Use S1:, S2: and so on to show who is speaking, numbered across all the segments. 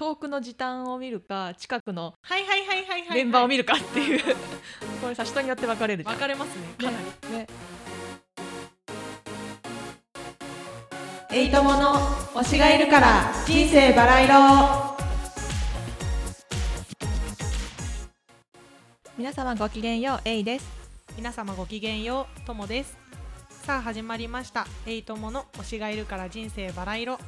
S1: 遠くの時短を見るか近くの
S2: はいはいはいはいはい
S1: メンバーを見
S2: る
S1: るかっていう これさ人によって分かれるじゃん
S2: 分かれますねかなり
S1: ね
S2: エイトモの推しがいるから人生バラ色
S1: 皆様ごきげんようエイです
S2: 皆様ごきげんようともですさあ始まりましたエイトモの推しがいるから人生バラ色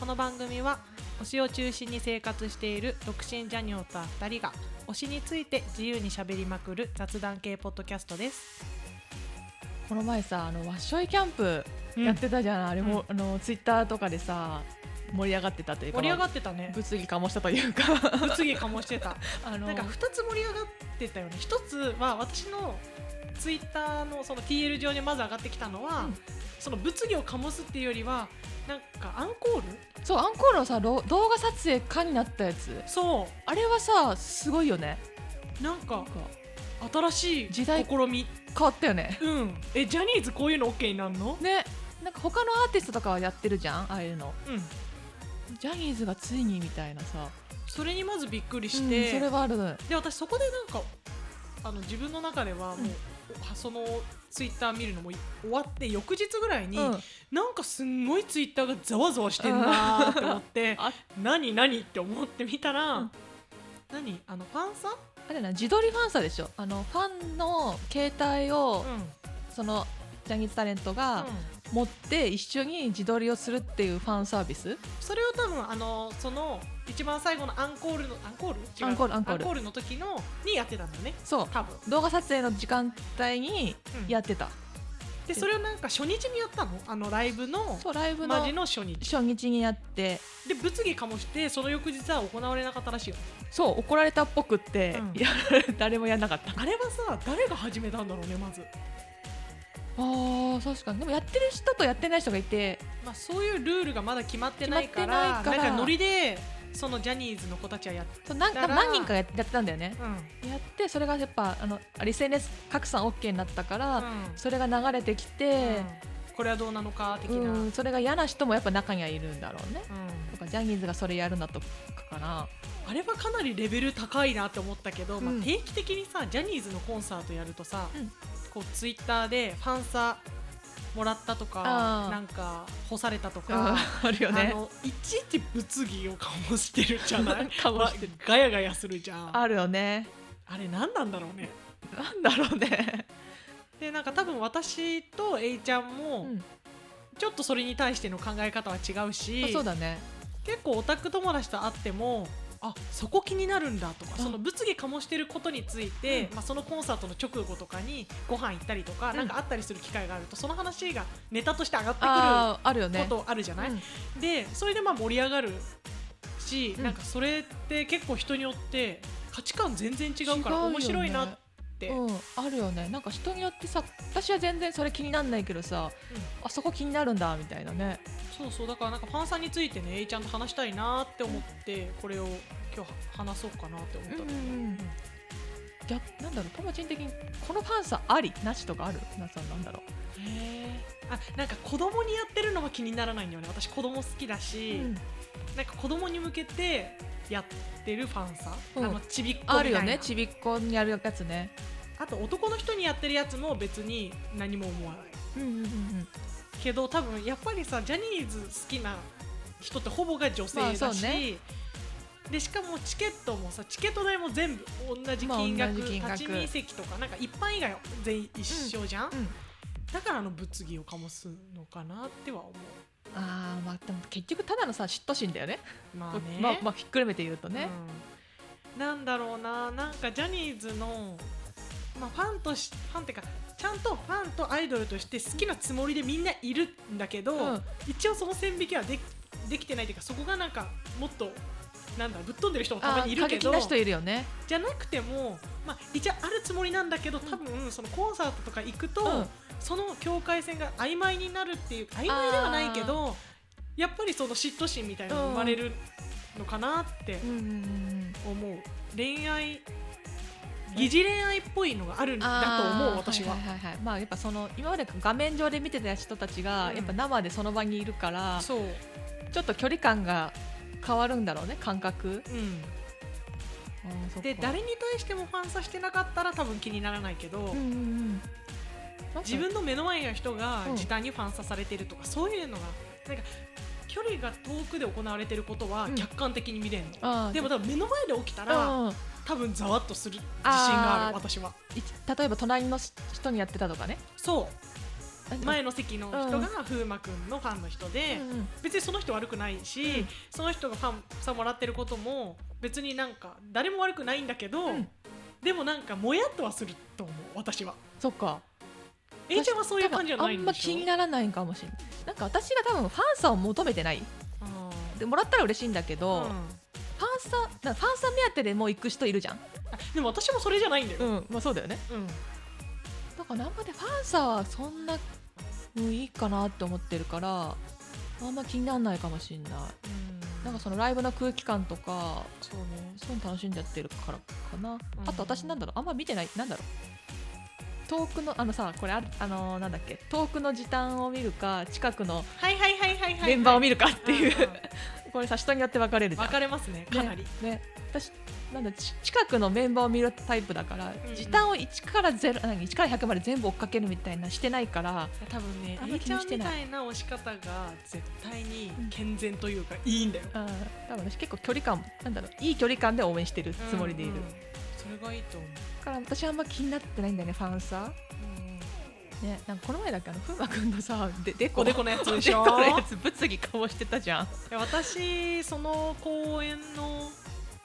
S2: この番組は推しを中心に生活している独身ジャニオタ2人が推しについて自由にしゃべりまくる雑談系ポッドキャストです、
S1: この前さあのわっしょいキャンプやってたじゃん、あれも、あのツイッターとかでさ盛り上がってたというか
S2: 盛り上がってたね
S1: 物議かもしたと いうか
S2: 物議かもしてた
S1: あの
S2: なんか2つ盛り上がってたよね1つは私のツイッターのその TL 上にまず上がってきたのは、
S1: うん
S2: その物議を醸すっていうよりはなんかアンコール
S1: そうアンコールのさろ動画撮影かになったやつ
S2: そ
S1: あれはさすごいよね
S2: うなん
S1: な
S2: か
S1: んか
S2: 新しい
S1: 時代
S2: 試み
S1: 変わったよね
S2: うんえジャニーズこういうの OK になるの、
S1: ねなんか他のアーティストとかはやってるじゃんああいうの
S2: うん
S1: ジャニーズがついにみたいなさ
S2: それにまずびっくりし
S1: うん
S2: て、
S1: それはあるのよ
S2: で私そこでなんかあの自分の中ではもう、
S1: うん
S2: おそのツイッター見るのもい終わって翌日ぐらいに、
S1: うん
S2: なんかすんごいツイッターがざわざわしてんなーって思って
S1: あ
S2: 何何って思ってみたら、
S1: うん
S2: 何あのファンさん、
S1: あれな自撮りファンサでしょあのファンの携帯を、
S2: うん
S1: そのジャニーズタレントが持って一緒に自撮りをするっていうファンサービス
S2: それを多分あのその一番最後のアンコールのアンコール違う
S1: アンコールアンコール
S2: の時のにやってたんだね
S1: そ
S2: 多分、
S1: う動画撮影の時間帯に
S2: うん
S1: やってた、
S2: でそれをなんか初日にやったのあのライブの
S1: そうライブの
S2: マジ
S1: 初
S2: の初日
S1: 日にやって
S2: で物議かもしてその翌日は行われなかったらしいよ
S1: そう怒られたっぽくって、
S2: うん
S1: いや 誰もやんなかったあ
S2: あれはさ誰が始めたんだろうねまず、
S1: ー確かにでもやってる人とやってない人がいて
S2: まあ、そういうルールがまだ決まってないから
S1: 決まってないから
S2: んかノリでそのジャニーズの子たちはやって
S1: そうなん
S2: だ
S1: か
S2: から
S1: 何人かやってやってたんだよね
S2: うん、
S1: やってそれがやっぱあのあれ SNS 拡散 OK になったから、それが流れてき
S2: うん
S1: て、
S2: これはどうなのか的
S1: う
S2: な、
S1: ん
S2: うん
S1: それが嫌な人もやっぱ中にはいるんだろうねとかジャニーズがそれやるなとかかな
S2: あれはかなりレベル高いなって思ったけど、ま
S1: うん
S2: あ、定期的にさジャニーズのコンサートやるとさ、
S1: うん
S2: こうツイッターでファンサもらったと
S1: あ
S2: か
S1: ー
S2: なんか干されたとか、
S1: あるよね
S2: あのいちいち物議を醸してるじゃない
S1: 醸して
S2: るガヤガヤするじゃんあ
S1: あるよね
S2: れ何なんだろうね
S1: なんだろうね、
S2: でなんか多分私と A ちゃん
S1: う
S2: も
S1: ん、
S2: ちょっとそれに対しての考え方は違うし、
S1: あそうだね
S2: 結構オタク友達と会ってもあそこ気になるんだとか
S1: うん
S2: その物議醸してることについて、
S1: うん
S2: まあ、そのコンサートの直後とかにご飯行ったりとか、
S1: うん
S2: なんかあったりする機会があるとその話がネタとして上がっ
S1: あーあるよ
S2: てくる
S1: ね
S2: ことあるじゃない、
S1: うん
S2: でそれでまあ盛り上がるし、
S1: うん
S2: なんかそれって結構人によって価値観全然違うから
S1: 違うよね
S2: 面白いなって、
S1: うん、あるよねなんか人によってさ私は全然それ気になんないけどさ、あそこ気になるんだみたいなね
S2: そうそうだからなんかファンさんについてね A ちゃんと話したいなって思ってこれを今日話そうかなって思ったんだよね。
S1: うん逆なんだろう友達的にこのファンさありなしとかあるなさんなんだろ
S2: へーあなんか子供にやってるのは気にならないんだよね私子供好きだ
S1: う、
S2: し、なんか子供に向けてやってるファンさ、
S1: うん
S2: あのちびっこみたいな
S1: あるよねちびっこにやるやつね
S2: あと男の人にやってるやつも別に何も思わない
S1: うんうんうんうん
S2: けど多分やっぱりさジャニーズ好きな人ってほぼが女性だし、
S1: まあそうね
S2: でしかもチケットもさチケット代も全部同じ金
S1: まあ
S2: 額,、
S1: 同じ金額
S2: 立ち見席とかなんか一般以外は全員一緒じゃん、
S1: うん
S2: だからあの物議を醸すのかなっては思
S1: あーまあでも結局ただのさ嫉妬心だよね
S2: うまあね、
S1: まあまあひっくるめて言うとね、
S2: うんなんだろうななんかジャニーズの、まあ、ファンとしファンってかちゃんとファンとアイドルとして好きなつもりでみんないるんだけど、
S1: うん
S2: 一応その線引きはできできてないというかそこがなんかもっとなんだぶっ飛んでる人もたま
S1: あ
S2: にい
S1: ー
S2: る
S1: 過
S2: け
S1: 激
S2: ど
S1: な人いるよね
S2: じゃなくても、まあ、一応あるつもりなんだけど多分そのコンサートとか行くと、
S1: うん
S2: その境界線が曖昧になるっていう曖昧ではないけどやっぱりその嫉妬心みたいなのが生まれるのかなって
S1: うんうんうん
S2: 思う恋愛疑似恋愛っぽいのがあるんだと思
S1: あ
S2: う
S1: ー
S2: 私
S1: い
S2: は,、
S1: はいはいはいまあやっぱその今まで画面上で見てた人たちが、
S2: うん
S1: やっぱ生でその場にいるから
S2: そう
S1: ちょっと距離感が変わるんだろうね感覚
S2: う
S1: あ
S2: ん、
S1: ーそっか
S2: で誰に対してもファンサしてなかったら多分気にならないけど、
S1: うんうんうんなんか
S2: 自分の目の前の人が
S1: うん
S2: 時短にファンサされてるとか、そういうのがなんか距離が遠くで行われてることは
S1: うん
S2: 客観的に見れるの、
S1: あー
S2: でも多分目の前で起きたら、
S1: うんうん
S2: 多分ざわっとする自信がある
S1: あー
S2: 私はい
S1: ち例えば隣の人にやってたとかね
S2: そ
S1: あ
S2: う前の席の人
S1: う
S2: が風磨くんのファンの人
S1: う
S2: で、
S1: んうん
S2: 別にその人悪くないし、
S1: うん
S2: その人がファンさもらってることも別になんか誰も悪くないんだけど、
S1: うん
S2: でもなんかもやっとはすると思う私は
S1: そっか
S2: A ちゃんはそういう感じじゃない
S1: あん
S2: ん
S1: ま
S2: でしょ
S1: 気にならないんかもしれないなんか私が多分ファンさを求めてない
S2: あー
S1: でもらったら嬉しいんだけど、
S2: う
S1: ファン
S2: ん
S1: サなんかファンサ目当てでもう行く人いるじゃん
S2: あでも私もそれじゃないんだよ、
S1: んまあそうだよね
S2: うん
S1: だからあんまでファンサはそんなうんいいかなって思ってるからあんま気にならないかもしれないなんかそのライブの空気感とか
S2: そうね
S1: そういうの楽しんじゃってるからかな、
S2: ん
S1: あと私なんだろうあんま見てないなんだろう遠くのあのさこれあるあのーなんだっけ遠くの時短を見るか近くの
S2: はいはいはいはいはい
S1: メンバーを見
S2: る
S1: るかっていう、
S2: ん
S1: これさ人によって分かれるじゃん
S2: 分かれますねかなり、
S1: ねね私なんだち近くのメンバーを見るタイプだから、
S2: うんうん
S1: 時短を1から0あ何1から100まで全部追っかけるみたいなしてないから
S2: 多分ね
S1: あんま
S2: A
S1: 気
S2: ちゃ
S1: に
S2: ん
S1: して
S2: み
S1: ない
S2: たいな押し方が絶対に健全というかいいんだよ、
S1: あー多分私結構距離感なんだろういい距離感で応援してるつもりでいる、
S2: うんうん
S1: だ
S2: それがいいと思う、
S1: から私あんま気になってないんだよねファンさねなんかこの前だっけあの風磨君のさででこ
S2: おでこのやつでしょ
S1: でこのやつ物議かもしてたじゃん
S2: いや私その公演の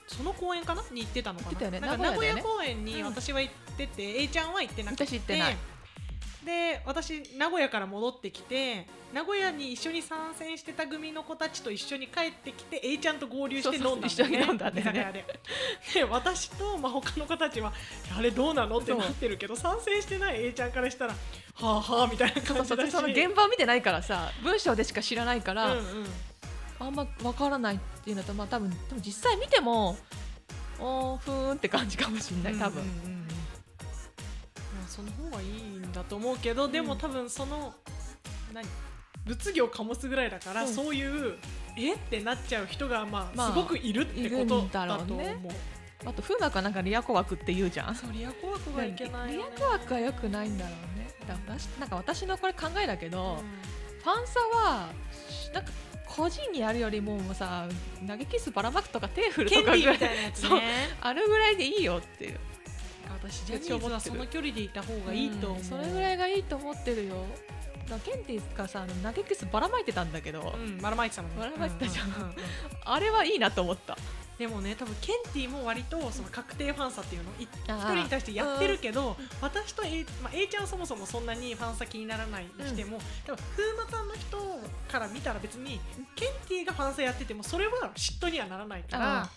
S2: その公演かなに行ってたのか
S1: 行ってた
S2: な
S1: よね
S2: なんか
S1: 名
S2: 名
S1: 古
S2: 古
S1: 屋だよね
S2: 屋公演に
S1: うん
S2: 私は行ってて、A ちゃんは行ってなくて
S1: 私行ってない
S2: で私名古屋から戻ってきて名古屋に一緒に参戦してた組の子たちと一緒に帰ってきて A ちゃんと合流して飲んだ
S1: そうそうそう一緒に飲んだんだ
S2: ね
S1: よね
S2: 居酒屋で で私と、まあ、他の子たちはあれどうなのって
S1: そう
S2: なってるけど参戦してない A ちゃんからしたらはあはあみたいな
S1: そ
S2: 感
S1: うそうそ
S2: じだ
S1: う
S2: し
S1: その現場を見てないからさ文章でしか知らないから、
S2: うんうん
S1: あんま分からないっていうのとまあ多分でも実際見てもおーふーんって感じかもしれない多分、
S2: うんうんうんうんいやその方がいいんだと思うけど、でも多分その何物議を醸すぐらいだから、
S1: うん
S2: そういうえってなっちゃう人が、まあ
S1: まあ
S2: すごくいるってことだと思う
S1: いるんだろうあと風磨君なんかリアコ枠って言うじゃん
S2: そうリアコ枠がいけない、ね、
S1: リアコ枠は良くないんだろうねだから私なんか私のこれ考えだけど、ファンサはしなんか個人にやるよりももうさ投げキスばらまくとか手振
S2: うん
S1: る
S2: 権
S1: と
S2: 利
S1: か
S2: み
S1: ぐ
S2: た
S1: ら
S2: いな
S1: いう
S2: やつね
S1: そうあるぐらいでいいよっていう
S2: 私ジャニーズはその距離でいた方がいいと思う、
S1: うんそれぐらいがいいと思ってるよだからケンティーがさあの投げキスばらまいてたんだけど、
S2: うん、マラマイチさんもね
S1: マラマイチさんじゃん
S2: ううう
S1: あれはいいなと思った
S2: でもね多分ケンティも割とその確定ファンサっていうのい一
S1: あー
S2: 人に対してやってるけど私と A,、まあ、A ちゃんはそもそもそんなにファンサ気にならないにしても、多分風磨さんの人から見たら別にケンティがファンサやっててもそれは嫉妬にはならないから。
S1: あー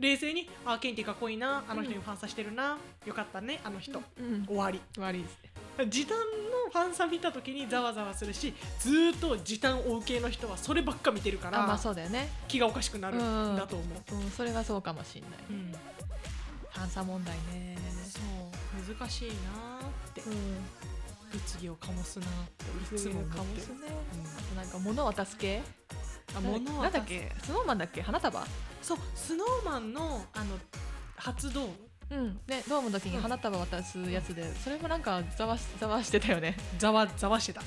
S2: 冷静に「あーケンティかっこいいなあの人にファンサしてるな、よかったねあの人、
S1: うん
S2: 終わり
S1: 悪いです
S2: 時短のファンサ見た時にざわざわするしずーっと時短を受けの人はそればっか見てるか
S1: あ
S2: ら、
S1: まあそうだよね
S2: 気がおかしくなるんだと思う、
S1: うんそれはそうかもしれない
S2: うん
S1: 反差問題ね
S2: そう難しいなーって
S1: うん
S2: 物議を醸すなーっていつ
S1: つ
S2: も
S1: も
S2: 思って
S1: か
S2: る
S1: もしれないあとなんか物を渡す系
S2: うんあ物は
S1: なんだっけスノーマンだっけ花束
S2: そうスノーマンのあの発動
S1: うんねドームの時に花束渡すやつでそれもなんかざわしざわしてたよね
S2: ざわざわしてた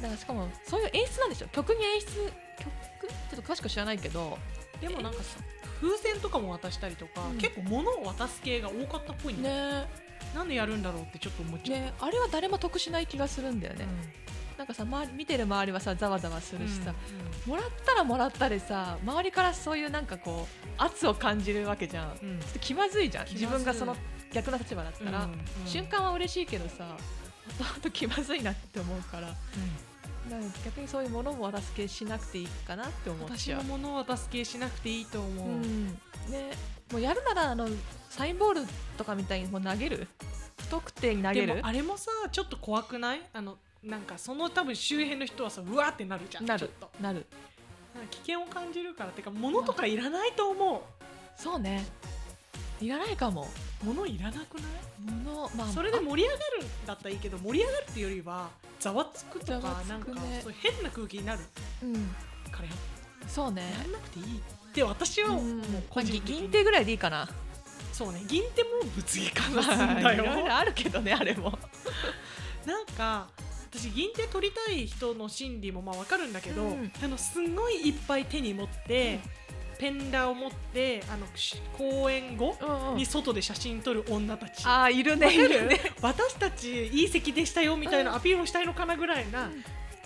S1: なんかしかもそういう演出なんでしょ曲に演出曲ちょっと詳しく知らないけど
S2: でもなんかさ風船とかも渡したりとか、
S1: うん
S2: 結構物を渡す系が多かったっぽいね
S1: ね
S2: なんでやるんだろうってちょっと思っちゃう、
S1: ねあれは誰も得しない気がするんだよね、なんかさ周り見てる周りはさざわざわす
S2: うん
S1: るしさ、
S2: うん
S1: もらったらもらったでさ周りからそういうなんかこう圧を感じるわけじゃんちょ
S2: うん
S1: っと気まずいじゃん
S2: 気まずい
S1: 自分がその逆の立場だったら、
S2: うん
S1: 瞬、間は嬉しいけどさ後々気まずいなって思うからなんか逆にそういうものも渡す系しなくていいかなって思っ
S2: 私
S1: ちゃ
S2: も
S1: う。
S2: 物を渡す系しなくていいと思う、
S1: うんね、もうやるならあのサインボールとかみたいにもう投げる不特定に投げ
S2: でも
S1: る
S2: あれもさちょっと怖くないあのなんかその多分周辺の人はさうわーってなるじゃん
S1: な
S2: ちょ
S1: る
S2: っと
S1: なる
S2: なんか危険を感じるからてか物とかいらないと思
S1: そうねいらないかも
S2: う物いらなくない
S1: 物、まあ、
S2: それで盛り上がるんだったらいいけど盛り上がるっていうよりはざわつくと
S1: ざわ
S2: か
S1: つくね
S2: なんかそう変な空気になる
S1: うん
S2: からや
S1: そうね
S2: やんなくていいで私はもう
S1: うん
S2: 個人的に
S1: 銀手ぐらいでいいかな。
S2: そうね銀手も物議かなす
S1: まあ
S2: んだ
S1: い
S2: よ
S1: ろいろあるけどねあれも。
S2: なんか私銀手取りたい人の心理もまあわかるんだけど、
S1: うん
S2: あのすんごいいっぱい手に持って、ペンダを持ってあのし公演後に外で写真撮る女たち、
S1: ああいるねいるね。
S2: 私たちいい席でしたよみたいなアピールをしたいのかなぐらい
S1: う
S2: な、
S1: ん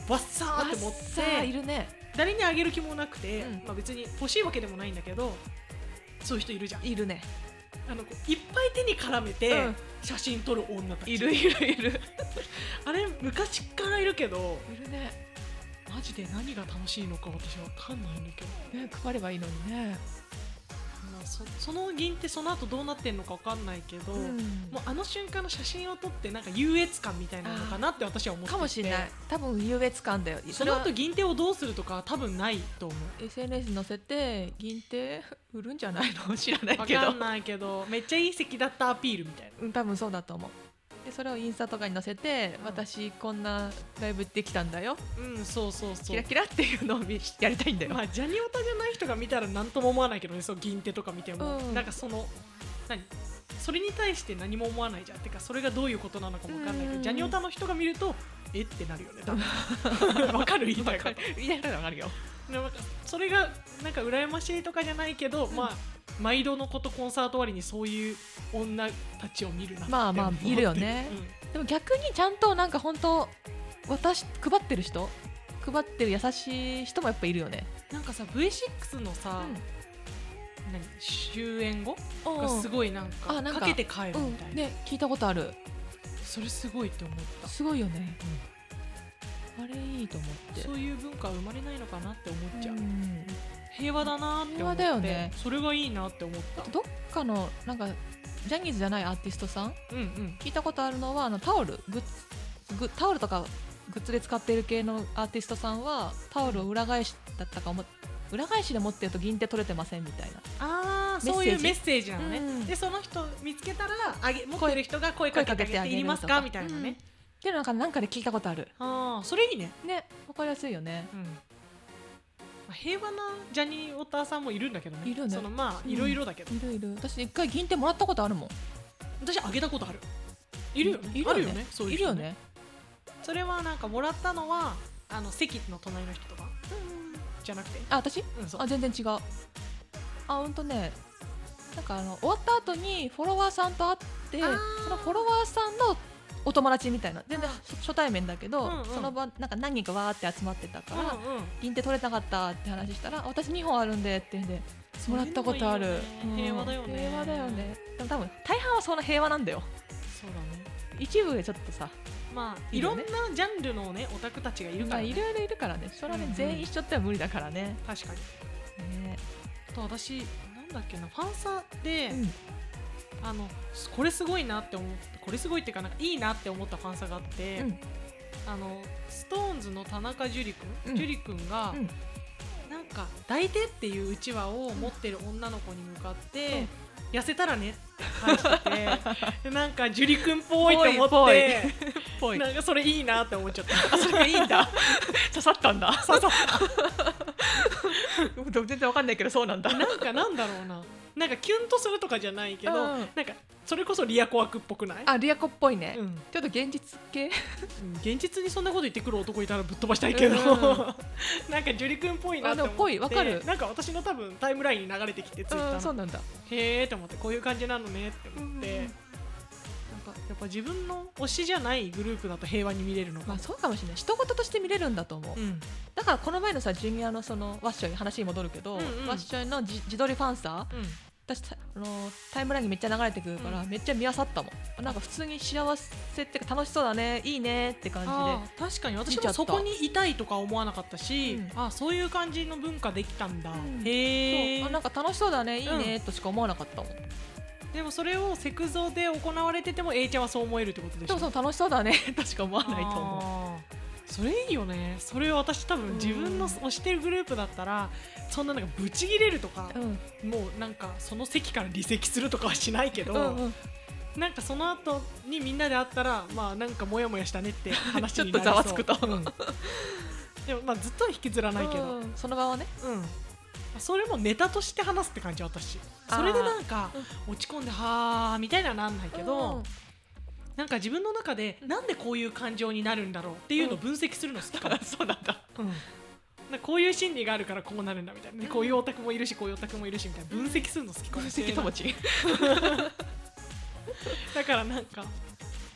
S2: わっさーって持っ
S1: さあい
S2: て
S1: るね。
S2: 誰にあげる気もなくて、
S1: うん
S2: まあ、別に欲しいわけでもないんだけどそういう人いるじゃん
S1: いるね。
S2: あのこういっぱい手に絡めて
S1: うん
S2: 写真撮る女たち、
S1: いるいるいる。
S2: あれ昔からいるけど
S1: いるね。
S2: マジで何が楽しいのか私わかんないんだけど、
S1: ね配ればいいのにね。
S2: まあ、そその銀ってその後どうなってんのかわかんないけど、
S1: うん
S2: もうあの瞬間の写真を撮ってなんか優越感みたいなのかなって私は思ってて
S1: かもしれない。多分優越感だよ。
S2: その後銀手をどうするとかは多分ないと思う
S1: SNS に載せて銀手売るんじゃないの 知らない
S2: わ
S1: け
S2: か
S1: ど
S2: ん。ないけどめっちゃいい席だったアピールみたいな
S1: うん多分そうだと思う。でそれをインスタとかに載せて、
S2: うん
S1: 私こんなライブできたんだよ
S2: うんそうそうそ
S1: キ
S2: う
S1: ラキラっていうのを見やりたいんだよ、
S2: まあジャニオタじゃない人が見たら何とも思わないけどねそう銀手とか見ても、
S1: うん
S2: なんかその何それに対して何も思わないじゃんてかそれがどういうことなのかも分かんないけど、
S1: うん
S2: ジャニオタの人が見るとえってなる よね多分わかる言いたい
S1: わ
S2: こ
S1: か
S2: と
S1: る言いたいことわかるよ
S2: でもなんかそれがなんか羨ましいとかじゃないけど、
S1: ん
S2: まあ毎度のことコンサート終わりにそういう女たちを見るなって
S1: まあまあ
S2: 思って
S1: いるよねでも逆にちゃんとなんか本当私配ってる人配ってる優しい人もやっぱいるよね。
S2: うんなんかさ V6 のさ、何終演後
S1: うん
S2: がすごいなんか
S1: あなん
S2: か
S1: か
S2: けて帰るみたいな、
S1: うんね聞いたことある。
S2: それすごいって思った
S1: すごいよね。あれいいと思って。
S2: そういう文化は生まれないのかなって思っちゃう、
S1: うん
S2: 平和だなって思って
S1: 平和だよね
S2: それがいいなって思った
S1: どっかのなんかジャニーズじゃないアーティストさん
S2: うんうん
S1: 聞いたことあるのはあのタオルグッズグタオルとかグッズで使ってる系のアーティストさんはタオルを裏返しだったかも裏返しで持ってると銀手取れてませんみたいな
S2: ああ
S1: メッセージ
S2: そういうメッセージなのね、
S1: うん
S2: でその人見つけたらあげ持ってる人が声かけてあげ
S1: 声か
S2: て
S1: けてあげるとか
S2: いりますかみたいなね、
S1: っていうのなんかなんかで聞いたことある
S2: ああそれいいね、
S1: ねわかりやすいよね
S2: うんまあ、平和なジャニーオタさんもいるんだけどね
S1: いるね
S2: そのまあ
S1: うん
S2: いろいろだけど、
S1: いるいる私一回銀手もらったことあるもん
S2: 私あげたことあるいるよね
S1: いる
S2: あ
S1: よ
S2: る
S1: ね
S2: よねそういう
S1: いる
S2: 人
S1: よね
S2: それはなんかもらったのはあの席の隣の人とかじゃなくて
S1: あ私
S2: うんそう
S1: あ全然違うあほんとねなんかあの終わった後にフォロワーさんと会って
S2: あー
S1: そのフォロワーさんのお友達みたいな全然初初対面だけど、
S2: うんうん
S1: その場なんか何人かわーって集まってたから、
S2: うんうん
S1: 銀手取れなかったって話したら私2本あるんでって言うんでもらったことある
S2: そういうのもいいよね
S1: うん
S2: 平
S1: 平
S2: 和
S1: 和
S2: だ
S1: だ
S2: よ
S1: よ
S2: ね
S1: ねでも多分大半はその平和なんだよ
S2: そうだね
S1: 一部でちょっとさ、
S2: まあ
S1: い
S2: い
S1: い
S2: ろ
S1: よ
S2: んな
S1: ね
S2: ジャンルのねオタクたちがいるか
S1: まあ
S2: ら、ね
S1: いろいろいるからねそれはね、
S2: うんうん
S1: 全員一緒っては無理だからね
S2: 確かに
S1: ね、
S2: あと私なんだっけなファンサで、
S1: うん
S2: あのこれすごいなって思ってこれすごいっていうかなんかいいなって思ったファンサがあって、
S1: うん
S2: あのストーンズの田中樹君、
S1: うん
S2: 樹里君が、
S1: うん
S2: なんか抱いてっていううちわを持ってる女の子に向かって、痩せたらねって返して てでなんか樹里君っぽいって思
S1: ぽ
S2: っ
S1: い
S2: て
S1: ぽい
S2: なんかそれいいなって思っちゃった
S1: それがいいん だ刺さったんだ 刺さった全然わかんないけどそうなんだ
S2: なんかなんだろうななんかキュンとするとかじゃないけど、
S1: うん
S2: なんかそれこそリアコアクっぽくない
S1: あリアコっぽいね、
S2: うん
S1: ちょっと現実系
S2: 現実にそんなこと言ってくる男いたらぶっ飛ばしたいけど、
S1: う ん
S2: なんか樹里君っぽいなっ
S1: あで
S2: て思って
S1: もぽいわかる
S2: なんか私の多分タイムラインに流れてきてツイッ
S1: う
S2: タ
S1: んそ
S2: ー
S1: う
S2: の
S1: なんだ
S2: へえと思ってこういう感じなのねって思って、
S1: うん
S2: なんかやっぱ自分の推しじゃないグループだと平和に見れるのか
S1: ま
S2: も
S1: あそうかもしれない人事として見れるんだと思う、
S2: うん
S1: だからこの前のさジュニアのそのワッショイ話に戻るけど、
S2: うんうん
S1: ワッショイの自自撮りファンサー私たあのタイムラインにめっちゃ流れてくるから、
S2: うん
S1: めっちゃ見漁ったもんなんか普通に幸せっていうか楽しそうだねいいねって感
S2: あ
S1: じ
S2: ー確かに
S1: 見
S2: 私
S1: ちゃ
S2: も
S1: った
S2: そこにいたいとか思わなかったし、
S1: うん
S2: あそういう感じの文化できたんだ、
S1: うん
S2: へ
S1: で
S2: え
S1: そうあなんか楽しそうだねいいねとしか思わなかったもん、
S2: でもそれをセクゾで行われてても A ちゃんはそう思えるってことでし
S1: で
S2: ょ
S1: もその楽しそうだね としか思わないと思
S2: 思うそれいいよねそれ私多
S1: う
S2: 分
S1: ん
S2: 自分の推してるグループだったらそんななんかブチギレるとか
S1: う、うん
S2: もうなんかその席から離席するとかはしないけど、
S1: うんうん、
S2: なんかその後にみんなで会ったらまあなんかモヤモヤしたねって話
S1: ちょっ
S2: にな
S1: と
S2: り
S1: ざ
S2: そう
S1: わつくと
S2: うんでもまあずっとは引きずらないけど、
S1: うんその場はね
S2: うんそれもネタとして話すって感じ私それでなんか落ち込んではあみたいなのはなんないけど、
S1: うん
S2: なんか自分の中でなんでこういう感情になるんだろうっていうのを分析するの好きかも、
S1: そうなんだ
S2: うんなんかこういう心理があるからこうなるんだみたいな、でこういうオタクもいるしこういうオタクもいるしみたいな分析するの好きか
S1: 分
S2: もしれ
S1: 析
S2: な
S1: 友
S2: い
S1: 達
S2: だからなんか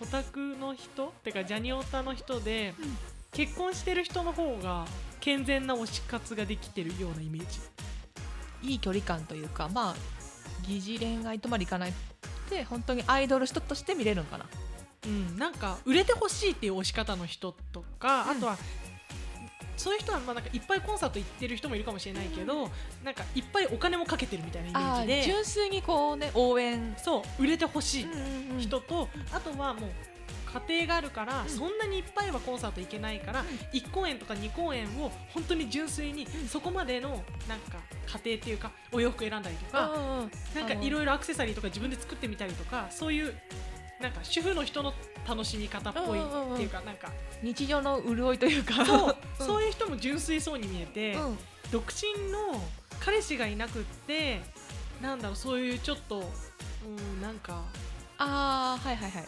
S2: オタクの人ってかジャニオタの人で、
S1: うん
S2: 結婚してる人の方が健全な推し活ができてるようなイメージ
S1: いい距離感というかまあ疑似恋愛とまでいかないで本当にアイドル人として見れるんかな
S2: うん、なんか売れてほしいっていう推し方の人とか、
S1: うん
S2: あとはそういう人はまあなんかいっぱいコンサート行ってる人もいるかもしれないけど、なんかいっぱいお金もかけてるみたいなイメー
S1: あ
S2: ジ
S1: ー
S2: で
S1: 純粋にこうね応援
S2: そう売れてほしい
S1: 人
S2: 人と、あとはもう家庭があるから、
S1: ん
S2: そんなにいっぱいはコンサート行けないから、1公演とか2公演を本当に純粋に、そこまでのなんか家庭っていうかお洋服選んだりとか、
S1: が
S2: なんか
S1: あの
S2: いろいろアクセサリーとか自分で作ってみたりとかそういうなんか主婦の人の楽しみ方っぽい
S1: うんうんうんうん
S2: っていうかな んか
S1: 日常の潤いというか
S2: そう
S1: うん
S2: そういう人も純粋そうに見えて
S1: うん
S2: 独身の彼氏がいなくってなんだろうそういうちょっとうんなんか
S1: ああはいはいはい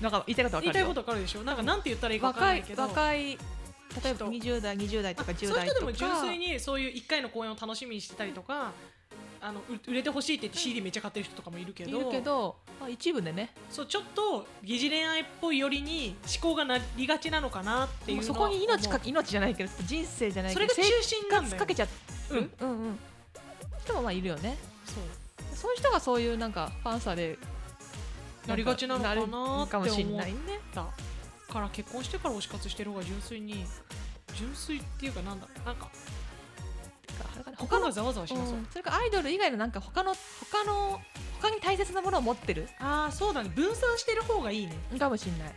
S1: なんか言いたいことわ
S2: 言
S1: か
S2: い
S1: る
S2: たい
S1: よ
S2: ことわかるでしょなんかなんて言ったらいいかわかん
S1: 若
S2: ない
S1: い
S2: けど
S1: 若い例えば
S2: 人
S1: 20代20代とか
S2: あ
S1: 10代とか
S2: そういう人でも純粋にそういう1回の公演を楽しみにしてたりとかあのう売れてほしいって言って CD めっちゃ買ってる人とかもいるけ
S1: い
S2: ど
S1: るけど、まあ、一部でね
S2: そうちょっと疑似恋愛っぽいよりに思考がなりがちなのかなってい
S1: も
S2: うの
S1: う
S2: は
S1: そこに命か
S2: 思
S1: け命じゃないけど人生じゃ
S2: う
S1: ない
S2: そ
S1: けど
S2: れが中
S1: 生
S2: 心なんだ
S1: 活
S2: よ
S1: かけちゃう、
S2: うん
S1: うんうん人もまあいるよね
S2: そう
S1: そういう人がそういうなんかファンサで
S2: なりがちなのかなって思
S1: る
S2: う
S1: かもしんないね
S2: だから結婚してから推し活してる方が純粋に純粋っていうかなんだなんか
S1: てかあれかな他
S2: 他
S1: の
S2: がざわざわしなそう、
S1: うんそれからアイドル以外のなんか他の他の他に大切なものを持ってる
S2: ああそうだね分散してる方がいいね
S1: かもしんない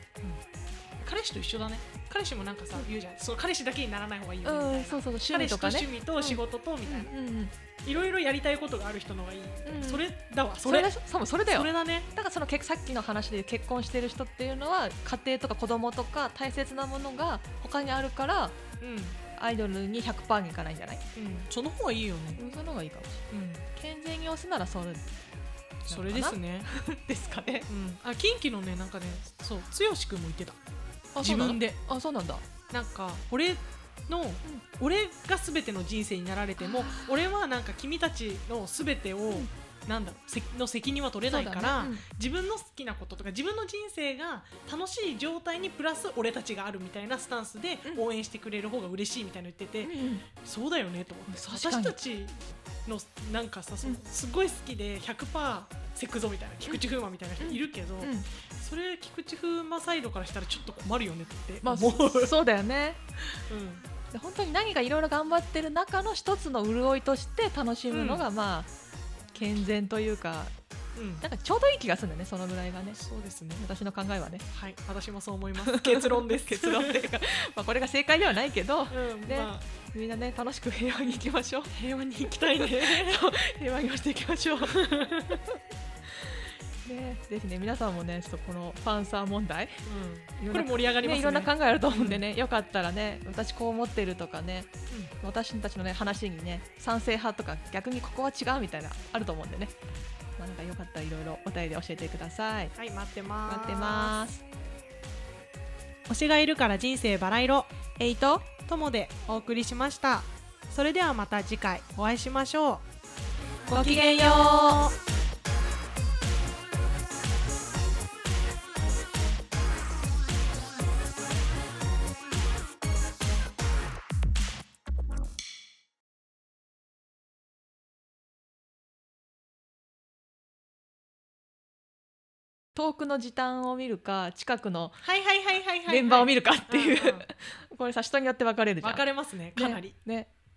S2: 彼氏と一緒だね彼氏もなんかさ、言うじゃんそう彼氏だけにならない方がいいよねみたいな、
S1: うんそうそう趣
S2: 彼
S1: 味
S2: 氏
S1: と
S2: と
S1: かね
S2: 趣味と仕事とみたいな、
S1: うんうんうん
S2: いろいろやりたいことがある人の方がいい、
S1: うん
S2: それだわ
S1: そ
S2: そ
S1: れ
S2: れ
S1: だそうそれだよ
S2: それだね
S1: だからそのけさっきの話で結婚してる人っていうのは家庭とか子供とか大切なものが他にあるから
S2: うん、うん、
S1: アイドルに100%にいかないんじゃない
S2: その方がいいよね、
S1: その方がいいかもしれ
S2: うん、
S1: ない健全に押すならそれ
S2: それですね。
S1: ですかね
S2: うん、あ、近畿のね、なんかね、そう、剛くんも言ってた。
S1: あ
S2: 自分
S1: で
S2: で、
S1: あそうなんだ
S2: なんか、俺の、俺がすべての人生になられても
S1: あ、
S2: 俺はなんか君たちのすべてを、
S1: ん
S2: なんだろう、せの責任は取れないか
S1: そう
S2: ら、
S1: だねうん
S2: 自分の好きなこととか、自分の人生が楽しい状態にプラス俺たちがあるみたいなスタンスで
S1: うん
S2: 応援してくれる方が嬉しいみたいなの言ってて、
S1: うんうん
S2: そうだよねと思っ
S1: 確
S2: て
S1: か
S2: 私
S1: に
S2: たちのなんかさその
S1: うん
S2: すごい好きで100%セクゾみたいな菊池風磨みたいな人いるけど、
S1: うん
S2: それ菊池風磨サイドからしたらちょっと困るよねって
S1: まあ
S2: 思う、
S1: そそうだよね
S2: うん
S1: で本当に何かいろいろ頑張ってる中の一つの潤いとして楽しむのが、まあ健全というか
S2: うん、
S1: なんかちょうどいい気がするんだよねそのぐらいがね
S2: そうですね
S1: 私の考えはね、
S2: はい私もそう思います結論で す
S1: 結論っていうか まあ、これが正解ではないけど
S2: うん
S1: ね
S2: まあ、
S1: みんなね楽しく平和に行きましょう
S2: 平和に行きたいね
S1: 平和にしていきましょうねぜひね皆さんもねちょっとこのファンサー問題
S2: うん、これ盛り上がりますね
S1: ねいろんな考えあると思うんでね、よかったらね私こう思ってるとかね
S2: うん
S1: 私たちのね話にね賛成派とか逆にここは違うみたいなあると思うんでね、まあ、なんかよかったらいろいろお便りで教えてください
S2: はい待ってます
S1: 待ってます
S2: 推しがいるから人生バラ色
S1: えいと
S2: ともでお送りしましたそれではまた次回お会いしましょう
S1: ごきげんよう遠くの時短を見るか近くの
S2: はいはいはいはいはい、はい、
S1: メンバーを見るかっていう
S2: うんうん
S1: これさ人によって分かれるじゃん
S2: 分かれますねかなり、
S1: ねね